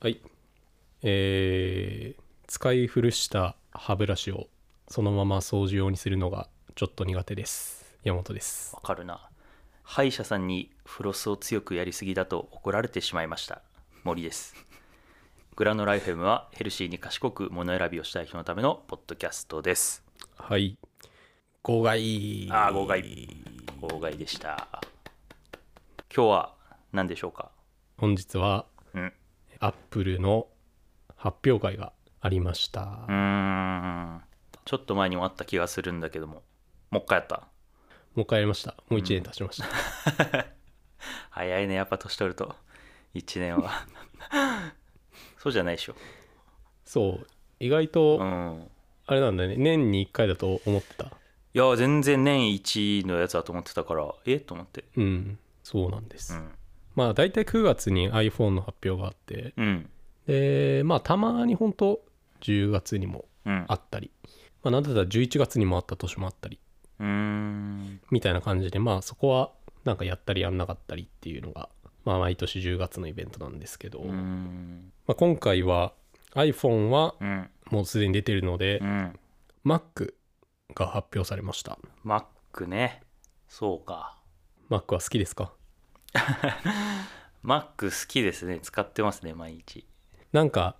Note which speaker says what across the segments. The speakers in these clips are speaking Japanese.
Speaker 1: はい。えー使い古した歯ブラシをそのまま掃除用にするのがちょっと苦手です。山本です。
Speaker 2: わかるな歯医者さんにフロスを強くやりすぎだと怒られてしまいました森ですグラノライフェムはヘルシーに賢く物選びをしたい人のためのポッドキャストです
Speaker 1: はい。号外
Speaker 2: ああ号外号外でした今日は何でしょうか
Speaker 1: 本日は
Speaker 2: うん
Speaker 1: アップルの発表会がありました
Speaker 2: う。ーんちょっと前にもあった気がするんだけどももう一回やった
Speaker 1: もう一回やりました。もう1年経ちました。
Speaker 2: 早いねやっぱ年取ると1年は そうじゃないでしょ
Speaker 1: そう。意外
Speaker 2: う
Speaker 1: と、
Speaker 2: ん
Speaker 1: あれなんだね。年に1回だと思ってた。
Speaker 2: いや全然年1のやつだと思ってたからえと思って
Speaker 1: うん。そうなんです。
Speaker 2: うん
Speaker 1: まあ、大体9月に iPhone の発表があって、
Speaker 2: うん
Speaker 1: でまあたまに本当10月にも
Speaker 2: うん
Speaker 1: あったり、まあ、なんだったら11月にもあった年もあったり
Speaker 2: うーん
Speaker 1: みたいな感じでまあそこはなんかやったりやんなかったりっていうのが、まあ、毎年10月のイベントなんですけど、
Speaker 2: うー
Speaker 1: ま
Speaker 2: ん
Speaker 1: あ、今回は iPhone は
Speaker 2: うん
Speaker 1: もうすでに出てるので
Speaker 2: う、ん
Speaker 1: Mac が発表されました
Speaker 2: Mac ねそうか
Speaker 1: Mac は好きですか
Speaker 2: Mac 好きですね使ってますね毎日
Speaker 1: なんか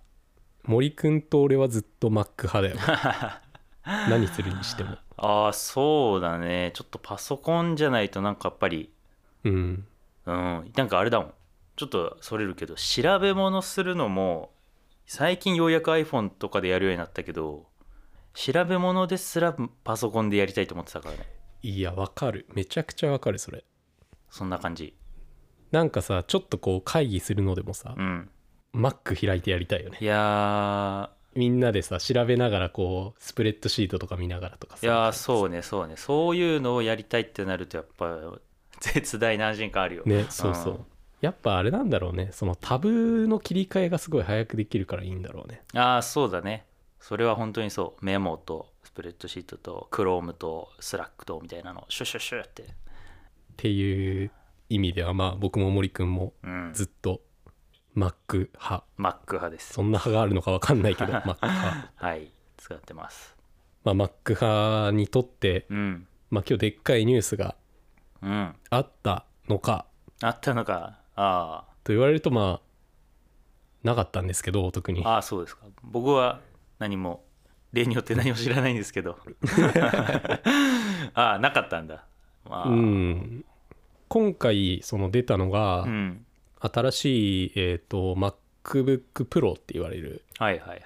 Speaker 1: 森くんと俺はずっと Mac 派だよね 何するにしても
Speaker 2: ああそうだねちょっとパソコンじゃないとなんかやっぱり
Speaker 1: うん
Speaker 2: うんなんかあれだもんちょっとそれるけど調べ物するのも最近ようやく iPhone とかでやるようになったけど調べ物ですらパソコンでやりたいと思ってたからね
Speaker 1: いやわかるめちゃくちゃわかるそれ
Speaker 2: そんな感じ
Speaker 1: なんかさちょっとこう会議するのでもさ
Speaker 2: う、ん
Speaker 1: Mac 開いてやりたいよね
Speaker 2: いやー
Speaker 1: みんなでさ調べながらこうスプレッドシートとか見ながらとかさ
Speaker 2: いやーそうねそうねそういうのをやりたいってなるとやっぱ絶大な安心感あるよ
Speaker 1: ねそうそう、やっぱあれなんだろうねそのタブの切り替えがすごい早くできるからいいんだろうね
Speaker 2: うんああそうだねそれは本当にそうメモとスプレッドシートとクロームとスラックとみたいなのシュシュシュって
Speaker 1: っていう意味ではまあ僕も森くんも
Speaker 2: うん
Speaker 1: ずっと Mac 派
Speaker 2: Mac 派です
Speaker 1: そんな派があるのかわかんない けど Mac 派
Speaker 2: はい使ってます
Speaker 1: まあ Mac 派にとって
Speaker 2: うん
Speaker 1: まあ今日でっかいニュースが
Speaker 2: うん
Speaker 1: あったのか
Speaker 2: あったのかあ
Speaker 1: と言われるとまあなかったんですけど特に
Speaker 2: ーあーそうですか僕は何も例によって何も知らないんです けど ああなかったんだまあ
Speaker 1: うん、今回その出たのが、
Speaker 2: うん
Speaker 1: 新しい、えー、と MacBook Pro って言われる
Speaker 2: はいはいはい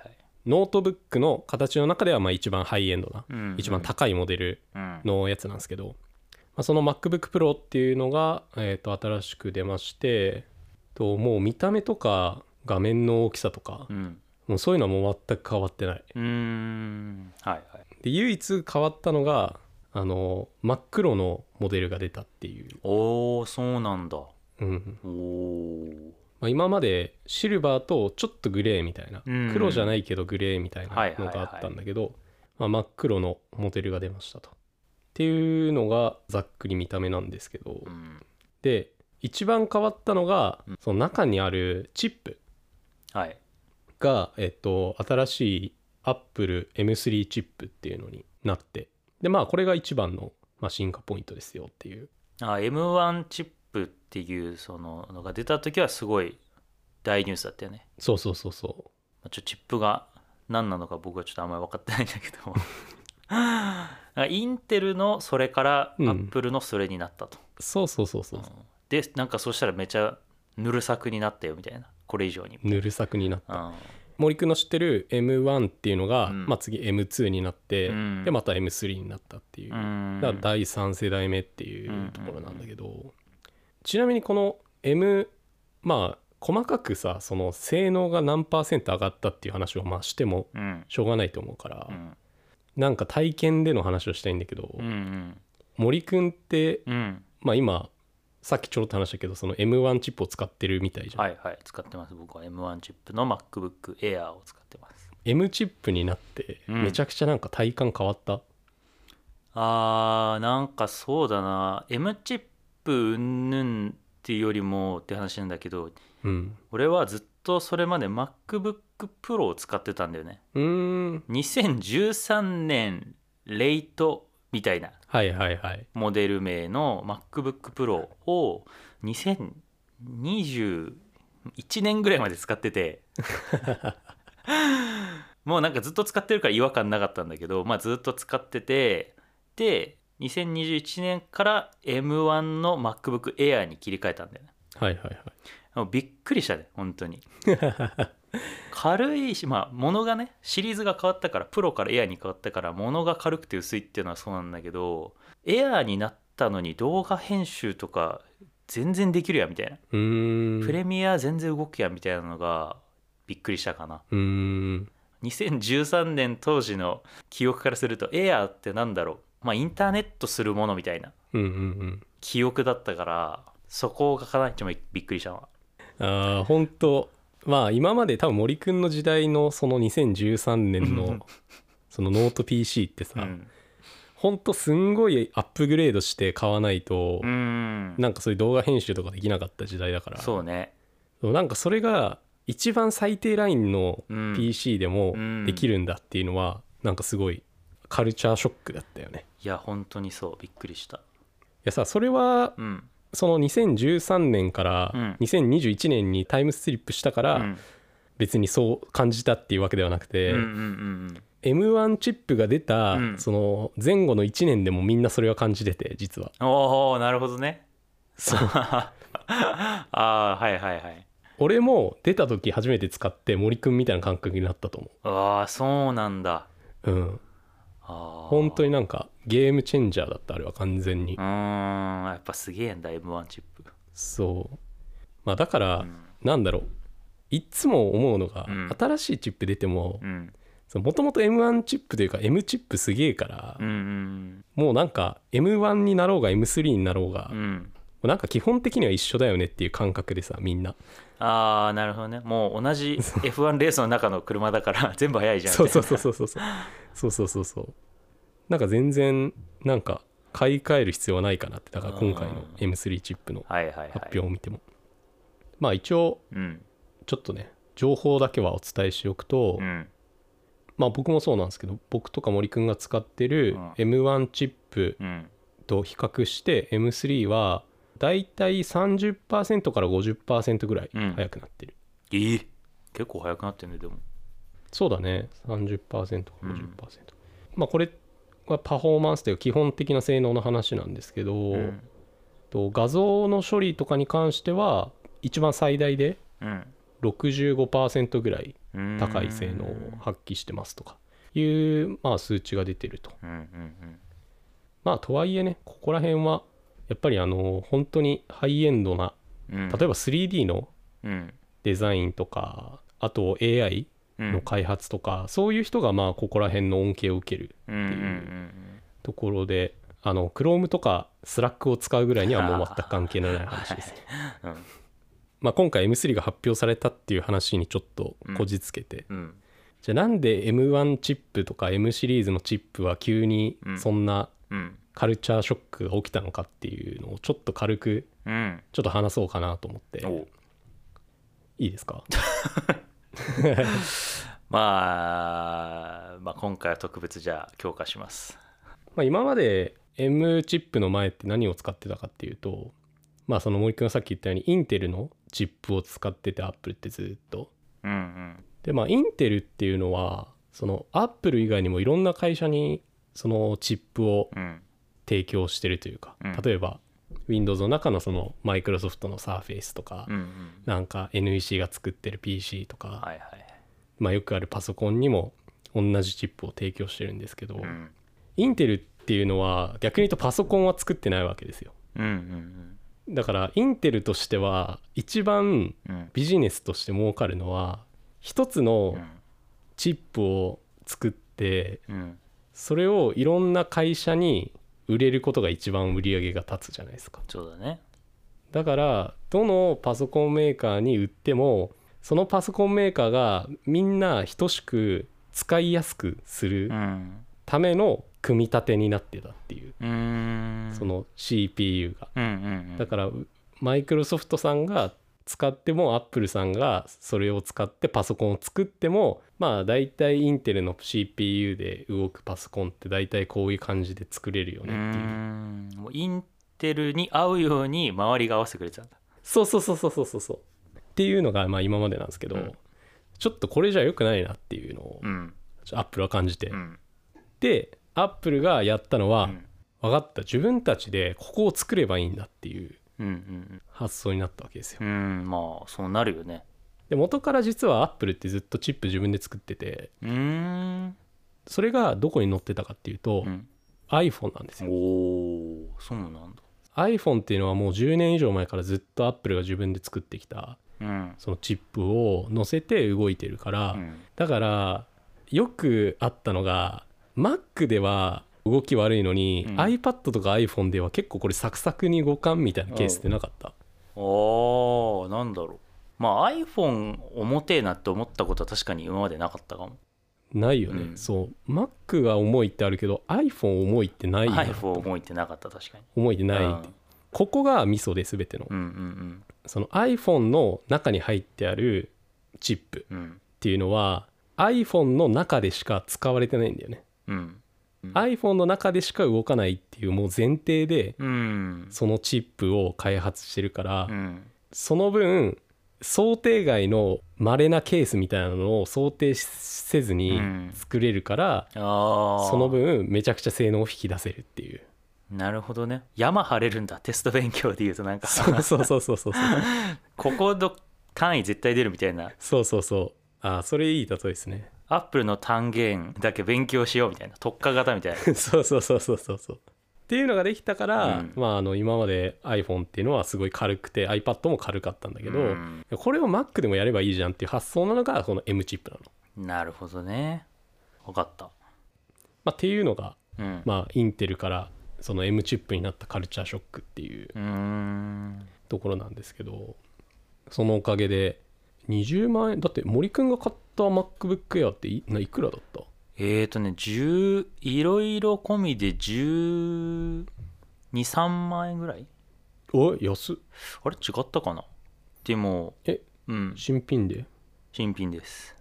Speaker 1: ノートブックの形の中ではまあ一番ハイエンドな、
Speaker 2: うん
Speaker 1: 一番高いモデル
Speaker 2: うん
Speaker 1: のやつなんですけど、まあ、その MacBook Pro っていうのが、えー、と新しく出ましてともう見た目とか画面の大きさとか、
Speaker 2: うん
Speaker 1: もうそういうのはもう全く変わってないう
Speaker 2: ーんはいはい
Speaker 1: で唯一変わったのがあの真っ黒のモデルが出たっていう、
Speaker 2: おおそうなんだ
Speaker 1: う
Speaker 2: お
Speaker 1: ん、
Speaker 2: お
Speaker 1: まあ、今までシルバーとちょっとグレーみたいな、
Speaker 2: うん
Speaker 1: 黒じゃないけどグレーみたいな
Speaker 2: はいはい
Speaker 1: の
Speaker 2: はい
Speaker 1: があったんだけど、まあ、真っ黒のモデルが出ましたと。っていうのがざっくり見た目なんですけど、
Speaker 2: うん
Speaker 1: で一番変わったのが、
Speaker 2: うん
Speaker 1: その中にあるチップ
Speaker 2: はい
Speaker 1: が、えっと、新しい AppleM3 チップっていうのになってでまあこれが一番の、まあ、進化ポイントですよっていう
Speaker 2: あ M1 チップっていうそののが出た時はすごい大ニュースだったよね
Speaker 1: そうそうそうそう
Speaker 2: まあちょチップが何なのか僕はちょっとあんまり分かってないんだけどなんかインテルのそれからア
Speaker 1: うん
Speaker 2: ップルのそれになったと、
Speaker 1: そうそうそうそう、
Speaker 2: うんでなんかそしたらめちゃぬるさくになったよみたいなこれ以上に、
Speaker 1: ぬるさくになっ
Speaker 2: うん
Speaker 1: 森くんの知ってる M1 っていうのが、
Speaker 2: うん
Speaker 1: まあ、次 M2 になって、
Speaker 2: うん
Speaker 1: でまた M3 になったっていう、
Speaker 2: うん
Speaker 1: だから第3世代目っていうところなんだけど、ちなみにこの M まあ細かくさその性能が何パーセント上がったっていう話をまあしても
Speaker 2: うん
Speaker 1: しょうがないと思うから、
Speaker 2: うん
Speaker 1: なんか体験での話をしたいんだけど、
Speaker 2: うんうん
Speaker 1: 森くんって、
Speaker 2: うん
Speaker 1: まあ、今さっきちょろっと話したけどその M1 チップを使ってるみたいじゃん、
Speaker 2: はいはい使ってます僕は M1 チップの MacBook Air を使ってます
Speaker 1: M チップになって
Speaker 2: うん
Speaker 1: めちゃくちゃなんか体感変わった、
Speaker 2: あーなんかそうだな M チップうんぬんっていうよりもって話なんだけど
Speaker 1: うん
Speaker 2: 俺はずっとそれまで MacBookPro を使ってたんだよね
Speaker 1: うーん
Speaker 2: 2013年レイトみたいな
Speaker 1: はいはいはい
Speaker 2: モデル名の MacBookPro を2021年ぐらいまで使ってて もうなんかずっと使ってるから違和感なかったんだけど、まあ、ずっと使っててで2021年から M1 の MacBookAir に切り替えたんだよね
Speaker 1: はいはいはい
Speaker 2: もうびっくりしたね本当 に軽いしまあ物がねシリーズが変わったからプロからエアに変わったから物が軽くて薄いっていうのはそうなんだけどエアになったのに動画編集とか全然できるやみたいな、
Speaker 1: うーん
Speaker 2: プレミア全然動くやみたいなのがびっくりしたかな
Speaker 1: うーん
Speaker 2: 2013年当時の記憶からするとエアってなんだろうまあインターネットするものみたいな
Speaker 1: うんうんうん
Speaker 2: 記憶だったからそこがかなりちょっとびっくりしたわ
Speaker 1: ああ本当まあ今まで多分森くんの時代のその2013年
Speaker 2: う
Speaker 1: の
Speaker 2: ん
Speaker 1: そのノート PC ってさ、
Speaker 2: うん
Speaker 1: ほんとすんごいアップグレードして買わないと、
Speaker 2: うん
Speaker 1: なんかそういう動画編集とかできなかった時代だから
Speaker 2: そうね
Speaker 1: そうなんかそれが一番最低ラインの
Speaker 2: うん
Speaker 1: PC でも
Speaker 2: うん
Speaker 1: できるんだっていうのは、なんかすごいカルチャーショックだったよね。
Speaker 2: いや本当にそうびっくりした
Speaker 1: いやさそれは
Speaker 2: うん
Speaker 1: その2013年から
Speaker 2: うん
Speaker 1: 2021年にタイムスリップしたから、
Speaker 2: うん
Speaker 1: 別にそう感じたっていうわけではなくて、
Speaker 2: うんうんうんうん
Speaker 1: M1 チップが出た、
Speaker 2: うん
Speaker 1: その前後の1年でもみんなそれは感じてて実は
Speaker 2: おおなるほどね
Speaker 1: そう
Speaker 2: ああーはいはいはい
Speaker 1: 俺も出た時初めて使って森くんみたいな感覚になったと思
Speaker 2: ああそうなんだ
Speaker 1: ううん
Speaker 2: あ
Speaker 1: 本当
Speaker 2: に
Speaker 1: になんかゲームチェンジャーだったあれは完全に
Speaker 2: うーんやっぱすげえんだ M1 チップ
Speaker 1: そうまあだから、
Speaker 2: うん
Speaker 1: なんだろういっつも思うのが、
Speaker 2: うん
Speaker 1: 新しいチップ出ても
Speaker 2: うん
Speaker 1: もともと M1 チップというか M チップすげえから
Speaker 2: う、ん
Speaker 1: もうなんか M1 になろうが M3 になろうが、
Speaker 2: うんう
Speaker 1: も
Speaker 2: ん
Speaker 1: うなんか基本的には一緒だよねっていう感覚でさみんな
Speaker 2: ああなるほどねもう同 じ F1 レースの中の車だから 全部速いじゃん
Speaker 1: そうそうそうそうそうそうそうそうそうそうなんか全然なんか買い替える必要はないかなってだから今回の M3 チップの
Speaker 2: はいはいはい
Speaker 1: 発表を見ても、まあ一応
Speaker 2: うん
Speaker 1: ちょっとね情報だけはお伝えしておくと、
Speaker 2: うん
Speaker 1: まあ僕もそうなんですけど僕とか森くんが使ってる
Speaker 2: うん
Speaker 1: M1 チップ
Speaker 2: うん
Speaker 1: と比較して M3 はだいたい30%から50%ぐらい
Speaker 2: うん
Speaker 1: 速くなってる、
Speaker 2: えー結構速くなってんねでも
Speaker 1: そうだね30%か50%、
Speaker 2: うん
Speaker 1: まあこれはパフォーマンスというか基本的な性能の話なんですけど、
Speaker 2: うん
Speaker 1: と画像の処理とかに関しては一番最大で
Speaker 2: うん
Speaker 1: 65%ぐらい
Speaker 2: うん
Speaker 1: 高い性能を発揮してますとかいう、まあ、数値が出てると。
Speaker 2: うんうんうん
Speaker 1: まあとはいえねここら辺はやっぱりあの本当にハイエンドな
Speaker 2: うん
Speaker 1: 例えば 3D の
Speaker 2: うん
Speaker 1: デザインとかあと AI
Speaker 2: うん
Speaker 1: の開発とか、そういう人がまあここら辺の恩恵を受ける
Speaker 2: うんうん
Speaker 1: っていう
Speaker 2: うん
Speaker 1: ところであの Chrome とか Slack を使うぐらいにはもう全く関係のない話です、ね
Speaker 2: うん
Speaker 1: まあ、今回 M3 が発表されたっていう話にちょっとこじつけて、
Speaker 2: うん
Speaker 1: じゃあなんで M1 チップとか M シリーズのチップは急にそんな
Speaker 2: うん
Speaker 1: カルチャーショックが起きたのかっていうのをちょっと軽く
Speaker 2: うん
Speaker 1: ちょっと話そうかなと思って
Speaker 2: おう
Speaker 1: いいですか
Speaker 2: まあまあ今回は特別じゃあ強化します
Speaker 1: まあ今まで M チップの前って何を使ってたかっていうとまあその森君がさっき言ったようにインテルのチップを使っててアップルってずっと
Speaker 2: うんうん
Speaker 1: でまあインテルっていうのはそのアップル以外にもいろんな会社にそのチップを
Speaker 2: うん
Speaker 1: 提供してるというか、
Speaker 2: うん
Speaker 1: 例えば Windows の中のそのマイクロソフトの Surface とか、
Speaker 2: うんうん
Speaker 1: なんか NEC が作ってる PC とか、
Speaker 2: はいはい
Speaker 1: まあ、よくあるパソコンにも同じチップを提供してるんですけど、
Speaker 2: うん
Speaker 1: インテルっていうのは逆に言うとパソコンは作ってないわけですよ
Speaker 2: うんうん
Speaker 1: だからインテルとしては一番
Speaker 2: うんうん
Speaker 1: ビジネスとして儲かるのは一つのチップを作って
Speaker 2: うん
Speaker 1: それをいろんな会社に売れることが一番売り上げが立つじゃないですか
Speaker 2: そうだね
Speaker 1: だからどのパソコンメーカーに売ってもそのパソコンメーカーがみんな等しく使いやすくする
Speaker 2: うん
Speaker 1: ための組み立てになってたっていう、
Speaker 2: うーん
Speaker 1: その CPU が
Speaker 2: うんうんうん
Speaker 1: だからマイクロソフトさんが使ってもアップルさんがそれを使ってパソコンを作ってもまあ大体インテルの CPU で動くパソコンって大体こういう感じで作れるよ
Speaker 2: うー
Speaker 1: ねっていう。
Speaker 2: んもうインテルに合うように周りが合わせてくれちゃうんだ
Speaker 1: そうそうそうそうそうそうそうっていうのがまあ今までなんですけど、
Speaker 2: うん
Speaker 1: ちょっとこれじゃ良くないなっていうのを
Speaker 2: うん
Speaker 1: アップルは感じて、
Speaker 2: うん
Speaker 1: でアップルがやったのは、
Speaker 2: うん
Speaker 1: 分かった自分たちでここを作ればいいんだっていう
Speaker 2: うんうん
Speaker 1: 発想になったわけですよ
Speaker 2: うんうんまあそうなるよね
Speaker 1: で元から実はアップルってずっとチップ自分で作ってて
Speaker 2: うーん
Speaker 1: それがどこに載ってたかっていうと、
Speaker 2: うん
Speaker 1: iPhone なんですよ
Speaker 2: おおそうなんだ
Speaker 1: iPhone っていうのはもう10年以上前からずっとアップルが自分で作ってきた
Speaker 2: うん
Speaker 1: そのチップを載せて動いてるから、
Speaker 2: うん
Speaker 1: だからよくあったのが Mac では動き悪いのに、
Speaker 2: うん
Speaker 1: iPad とか iPhone では結構これサクサクに互換みたいなケースってなかった、
Speaker 2: あーなんだろうまあ iPhone 重てえなって思ったことは確かに今までなかったかも
Speaker 1: ないよね、
Speaker 2: うん
Speaker 1: そう Mac が重いってあるけど iPhone 重いってないよ
Speaker 2: iPhone 重いってなかった確かに
Speaker 1: 重いってない、
Speaker 2: うん
Speaker 1: ここがミソで全ての、
Speaker 2: うんうん
Speaker 1: その iPhone の中に入ってあるチップっ
Speaker 2: うんうん
Speaker 1: ていうのは iPhone の中でしか使われてないんだよね、
Speaker 2: うんうん
Speaker 1: iPhone の中でしか動かないっていうもう前提で
Speaker 2: うん
Speaker 1: そのチップを開発してるから、
Speaker 2: うん
Speaker 1: その分想定外の稀なケースみたいなのを想定しせずに
Speaker 2: うん
Speaker 1: 作れるから、
Speaker 2: ああ
Speaker 1: その分めちゃくちゃ性能を引き出せるって いう
Speaker 2: なるほどね山張れるんだテスト勉強で言うとなんか
Speaker 1: そうそうそうそうそう
Speaker 2: ここの単位絶対出るみたいな
Speaker 1: そうそうそうあーそれいい例えですね
Speaker 2: アップルの単元だけ勉強しようみたいな特化型みたいな
Speaker 1: そうそうそうそうそうそうっていうのができたから、
Speaker 2: うん
Speaker 1: まああの今まで iPhone っていうのはすごい軽くて iPad も軽かったんだけど、
Speaker 2: うん
Speaker 1: これを Mac でもやればいいじゃんっていう発想なのがこの M チップなの、
Speaker 2: なるほどね分かった
Speaker 1: まあ、っていうのが
Speaker 2: うん、
Speaker 1: まあインテルからその M チップになったカルチャーショックっていう
Speaker 2: うーん
Speaker 1: ところなんですけどそのおかげで20万円だって森くんが買った MacBookAir っていないくらだった
Speaker 2: えーとね10いろいろ込みで123万円ぐらい
Speaker 1: お安っ
Speaker 2: あれ違ったかなでも
Speaker 1: え
Speaker 2: うん
Speaker 1: 新品で
Speaker 2: 新品です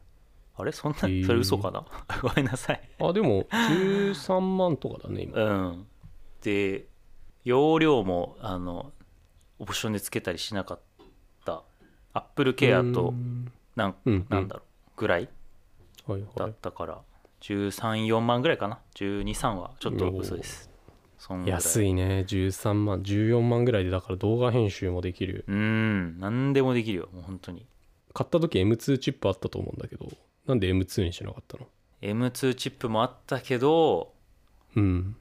Speaker 2: あれそんなそ
Speaker 1: へ
Speaker 2: れ
Speaker 1: ー
Speaker 2: 嘘かな ごめんなさい
Speaker 1: あでも13万とかだね今
Speaker 2: うんで容量もあのオプションでつけたりしなかったアップルケア
Speaker 1: う
Speaker 2: と
Speaker 1: ん
Speaker 2: なん
Speaker 1: うん
Speaker 2: なんだろうぐらい
Speaker 1: はい
Speaker 2: だ
Speaker 1: は
Speaker 2: っ
Speaker 1: い
Speaker 2: たから134万ぐらいかな123はちょっと嘘ですそんぐら
Speaker 1: 安いね13万14万ぐらいでだから動画編集もできる
Speaker 2: うん何でもできるよもう本当に
Speaker 1: 買った時 M2 チップあったと思うんだけどなんで M2 にしなかったの
Speaker 2: M2 チップもあったけど
Speaker 1: うん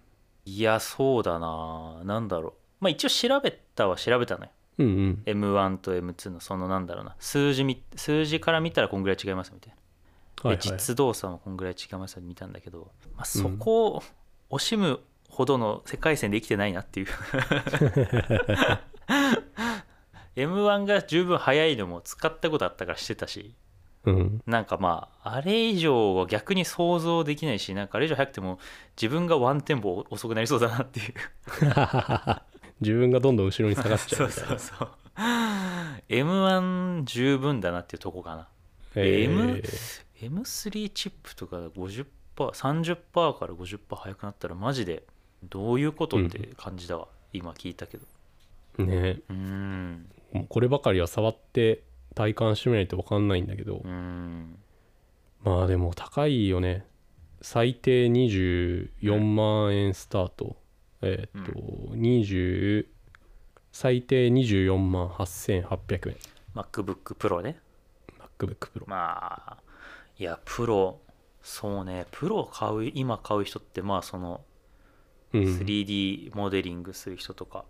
Speaker 2: いやそうだななんだろうまあ一応調べたは調べたのよ
Speaker 1: うんうん
Speaker 2: M1 と M2 のそのなんだろうな数字み数字から見たらこんぐらい違いますみたいな
Speaker 1: はい
Speaker 2: で
Speaker 1: はい
Speaker 2: 実動作もこんぐらい違いますよ見たんだけど、まあ、そこを惜しむほどの世界線で生きてないなっていう M1 が十分早いのも使ったことあったからしてたし
Speaker 1: うん
Speaker 2: なんかまああれ以上は逆に想像できないしなんかあれ以上早くても自分がワンテンポ遅くなりそうだなっていう
Speaker 1: 自分がどんどん後ろに下がっちゃ
Speaker 2: そうう
Speaker 1: みたいな
Speaker 2: そうそう M1 十分だなっていうとこかな
Speaker 1: えー
Speaker 2: M M3 チップとか 50%30% から50%速くなったらマジでどういうことって感じだわ、今聞いたけど
Speaker 1: ね
Speaker 2: うーん
Speaker 1: もうこればかりは触って体感してみないと分かんないんだけど、
Speaker 2: うーん
Speaker 1: まあでも高いよね最低24万円スタート、えーっと、20最低24万8800円
Speaker 2: MacBookPro ね
Speaker 1: MacBookPro
Speaker 2: まあいやプロそうねプロを買う今買う人ってまあその
Speaker 1: うん、
Speaker 2: 3D モデリングする人とか、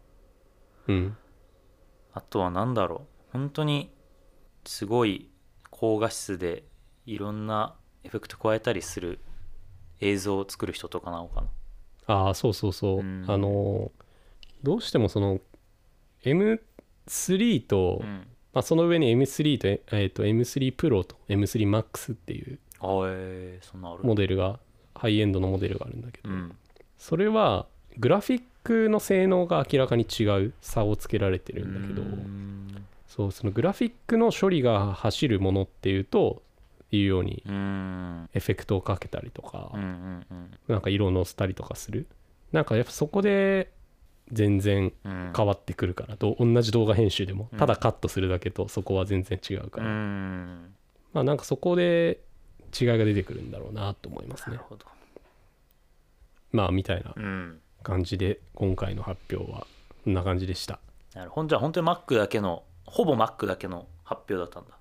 Speaker 1: うん、
Speaker 2: あとは何だろう本当にすごい高画質でいろんなエフェクト加えたりする映像を作る人とかなのかな
Speaker 1: ああそうそうそう、
Speaker 2: うん
Speaker 1: あのーどうしてもその M3 と、
Speaker 2: うん
Speaker 1: まあ、その上に M3 と,、えーっと M3 Pro と M3Max っていう
Speaker 2: あーえーそんなある
Speaker 1: モデルがハイエンドのモデルがあるんだけど、
Speaker 2: うん
Speaker 1: それはグラフィックの性能が明らかに違う差をつけられてるんだけど、
Speaker 2: うーん
Speaker 1: そうそのグラフィックの処理が走るものっていうというように
Speaker 2: うーん
Speaker 1: エフェクトをかけたりとか
Speaker 2: うんう、んうん
Speaker 1: なんか色を乗せたりとかするなんかやっぱそこで全然
Speaker 2: うん
Speaker 1: 変わってくるから、どう同じ動画編集でも
Speaker 2: うん
Speaker 1: ただカットするだけとそこは全然違う
Speaker 2: う
Speaker 1: か
Speaker 2: ー
Speaker 1: ら、
Speaker 2: ん
Speaker 1: まあなんかそこで違いが出てくるんだろうなと思います
Speaker 2: な
Speaker 1: ね
Speaker 2: るほど
Speaker 1: まあみたいな
Speaker 2: うん
Speaker 1: 感じで今回の発表はこんな感じでした
Speaker 2: なるほどじゃあ本当に Mac だけのほぼ Mac だけの発表だったんだ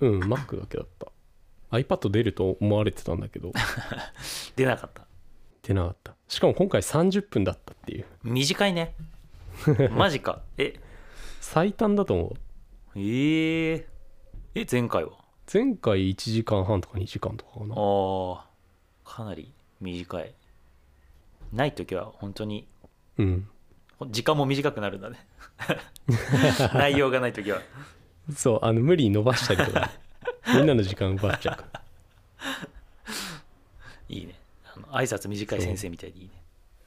Speaker 1: うん Mac だけだった iPad 出ると思われてたんだけ ど
Speaker 2: 出なかった
Speaker 1: 出なかったしかも今回30分だったっていう
Speaker 2: 短い ねマジかえ
Speaker 1: 最短だと思う
Speaker 2: えー、え前回は
Speaker 1: 前回1時間半とか2時間とかかな
Speaker 2: ああかなり短いない時は本当に
Speaker 1: うん
Speaker 2: ほ時間も短くなるんだね 内容がない時は
Speaker 1: そうあの無理に伸ばしたりと かみんなの時間奪っちゃうから
Speaker 2: いいねあの挨拶短い先生みたいでいいね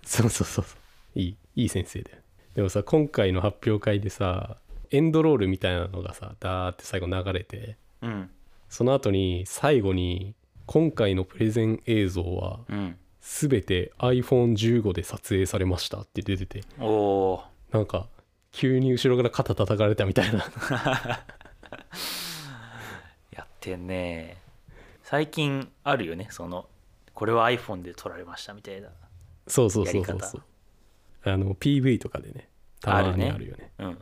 Speaker 1: そうそうそうそういいいい先生だよでもさ今回の発表会でさエンドロールみたいなのがさダーって最後流れて
Speaker 2: うん
Speaker 1: その後に最後に今回のプレゼン映像は
Speaker 2: うん
Speaker 1: 全て iPhone15 で撮影されましたって出てて
Speaker 2: おおー
Speaker 1: なんか急に後ろから肩叩かれたみたい な
Speaker 2: やってんね最近あるよねそのこれは iPhone で撮られましたみたいな
Speaker 1: そうそうそうそうそうあの PV とかでねたまにあるよね
Speaker 2: うんうん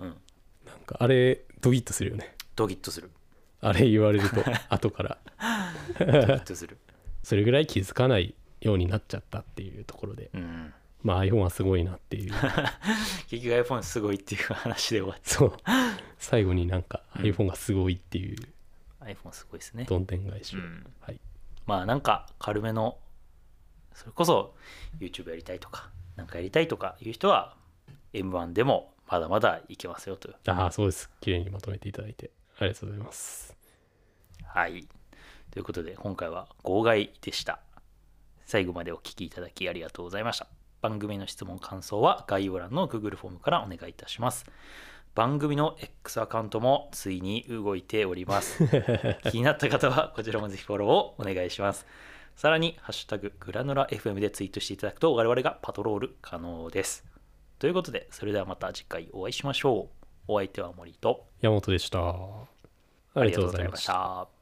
Speaker 1: なんかあれドギッとするよね
Speaker 2: ドキッとする
Speaker 1: あれ言われる と後から
Speaker 2: ドキッとする
Speaker 1: それぐらい気づかないようになっちゃったっていうところで
Speaker 2: うん
Speaker 1: まあ iPhone はすごいなって いう
Speaker 2: 結局 iPhone すごいっていう話で終わっ
Speaker 1: そう最後になんか
Speaker 2: うん
Speaker 1: iPhone がすごいっていう
Speaker 2: た iPhone すごいですね
Speaker 1: どんでん返し
Speaker 2: う
Speaker 1: を、
Speaker 2: ん
Speaker 1: はい、
Speaker 2: まあなんか軽めのそれこそ YouTube やりたいとかなんかやりたいとかいう人は M1 でもまだまだいけますよという
Speaker 1: ああそうです綺麗にまとめていただいてありがとうございます
Speaker 2: はいということで今回は号外でした最後までお聞きいただきありがとうございました番組の質問感想は概要欄の Google フォームからお願いいたします番組の X アカウントもついに動いております 気になった方はこちらもぜひフォローをお願いしますさらに「ハッシュタググラノラ FM」でツイートしていただくと我々がパトロール可能ですということでそれではまた次回お会いしましょうお相手は森と
Speaker 1: 山本でしたあ
Speaker 2: あ
Speaker 1: り
Speaker 2: り
Speaker 1: がとうご
Speaker 2: がとう
Speaker 1: ざ
Speaker 2: ござ
Speaker 1: い
Speaker 2: い
Speaker 1: ま
Speaker 2: ま
Speaker 1: し
Speaker 2: したた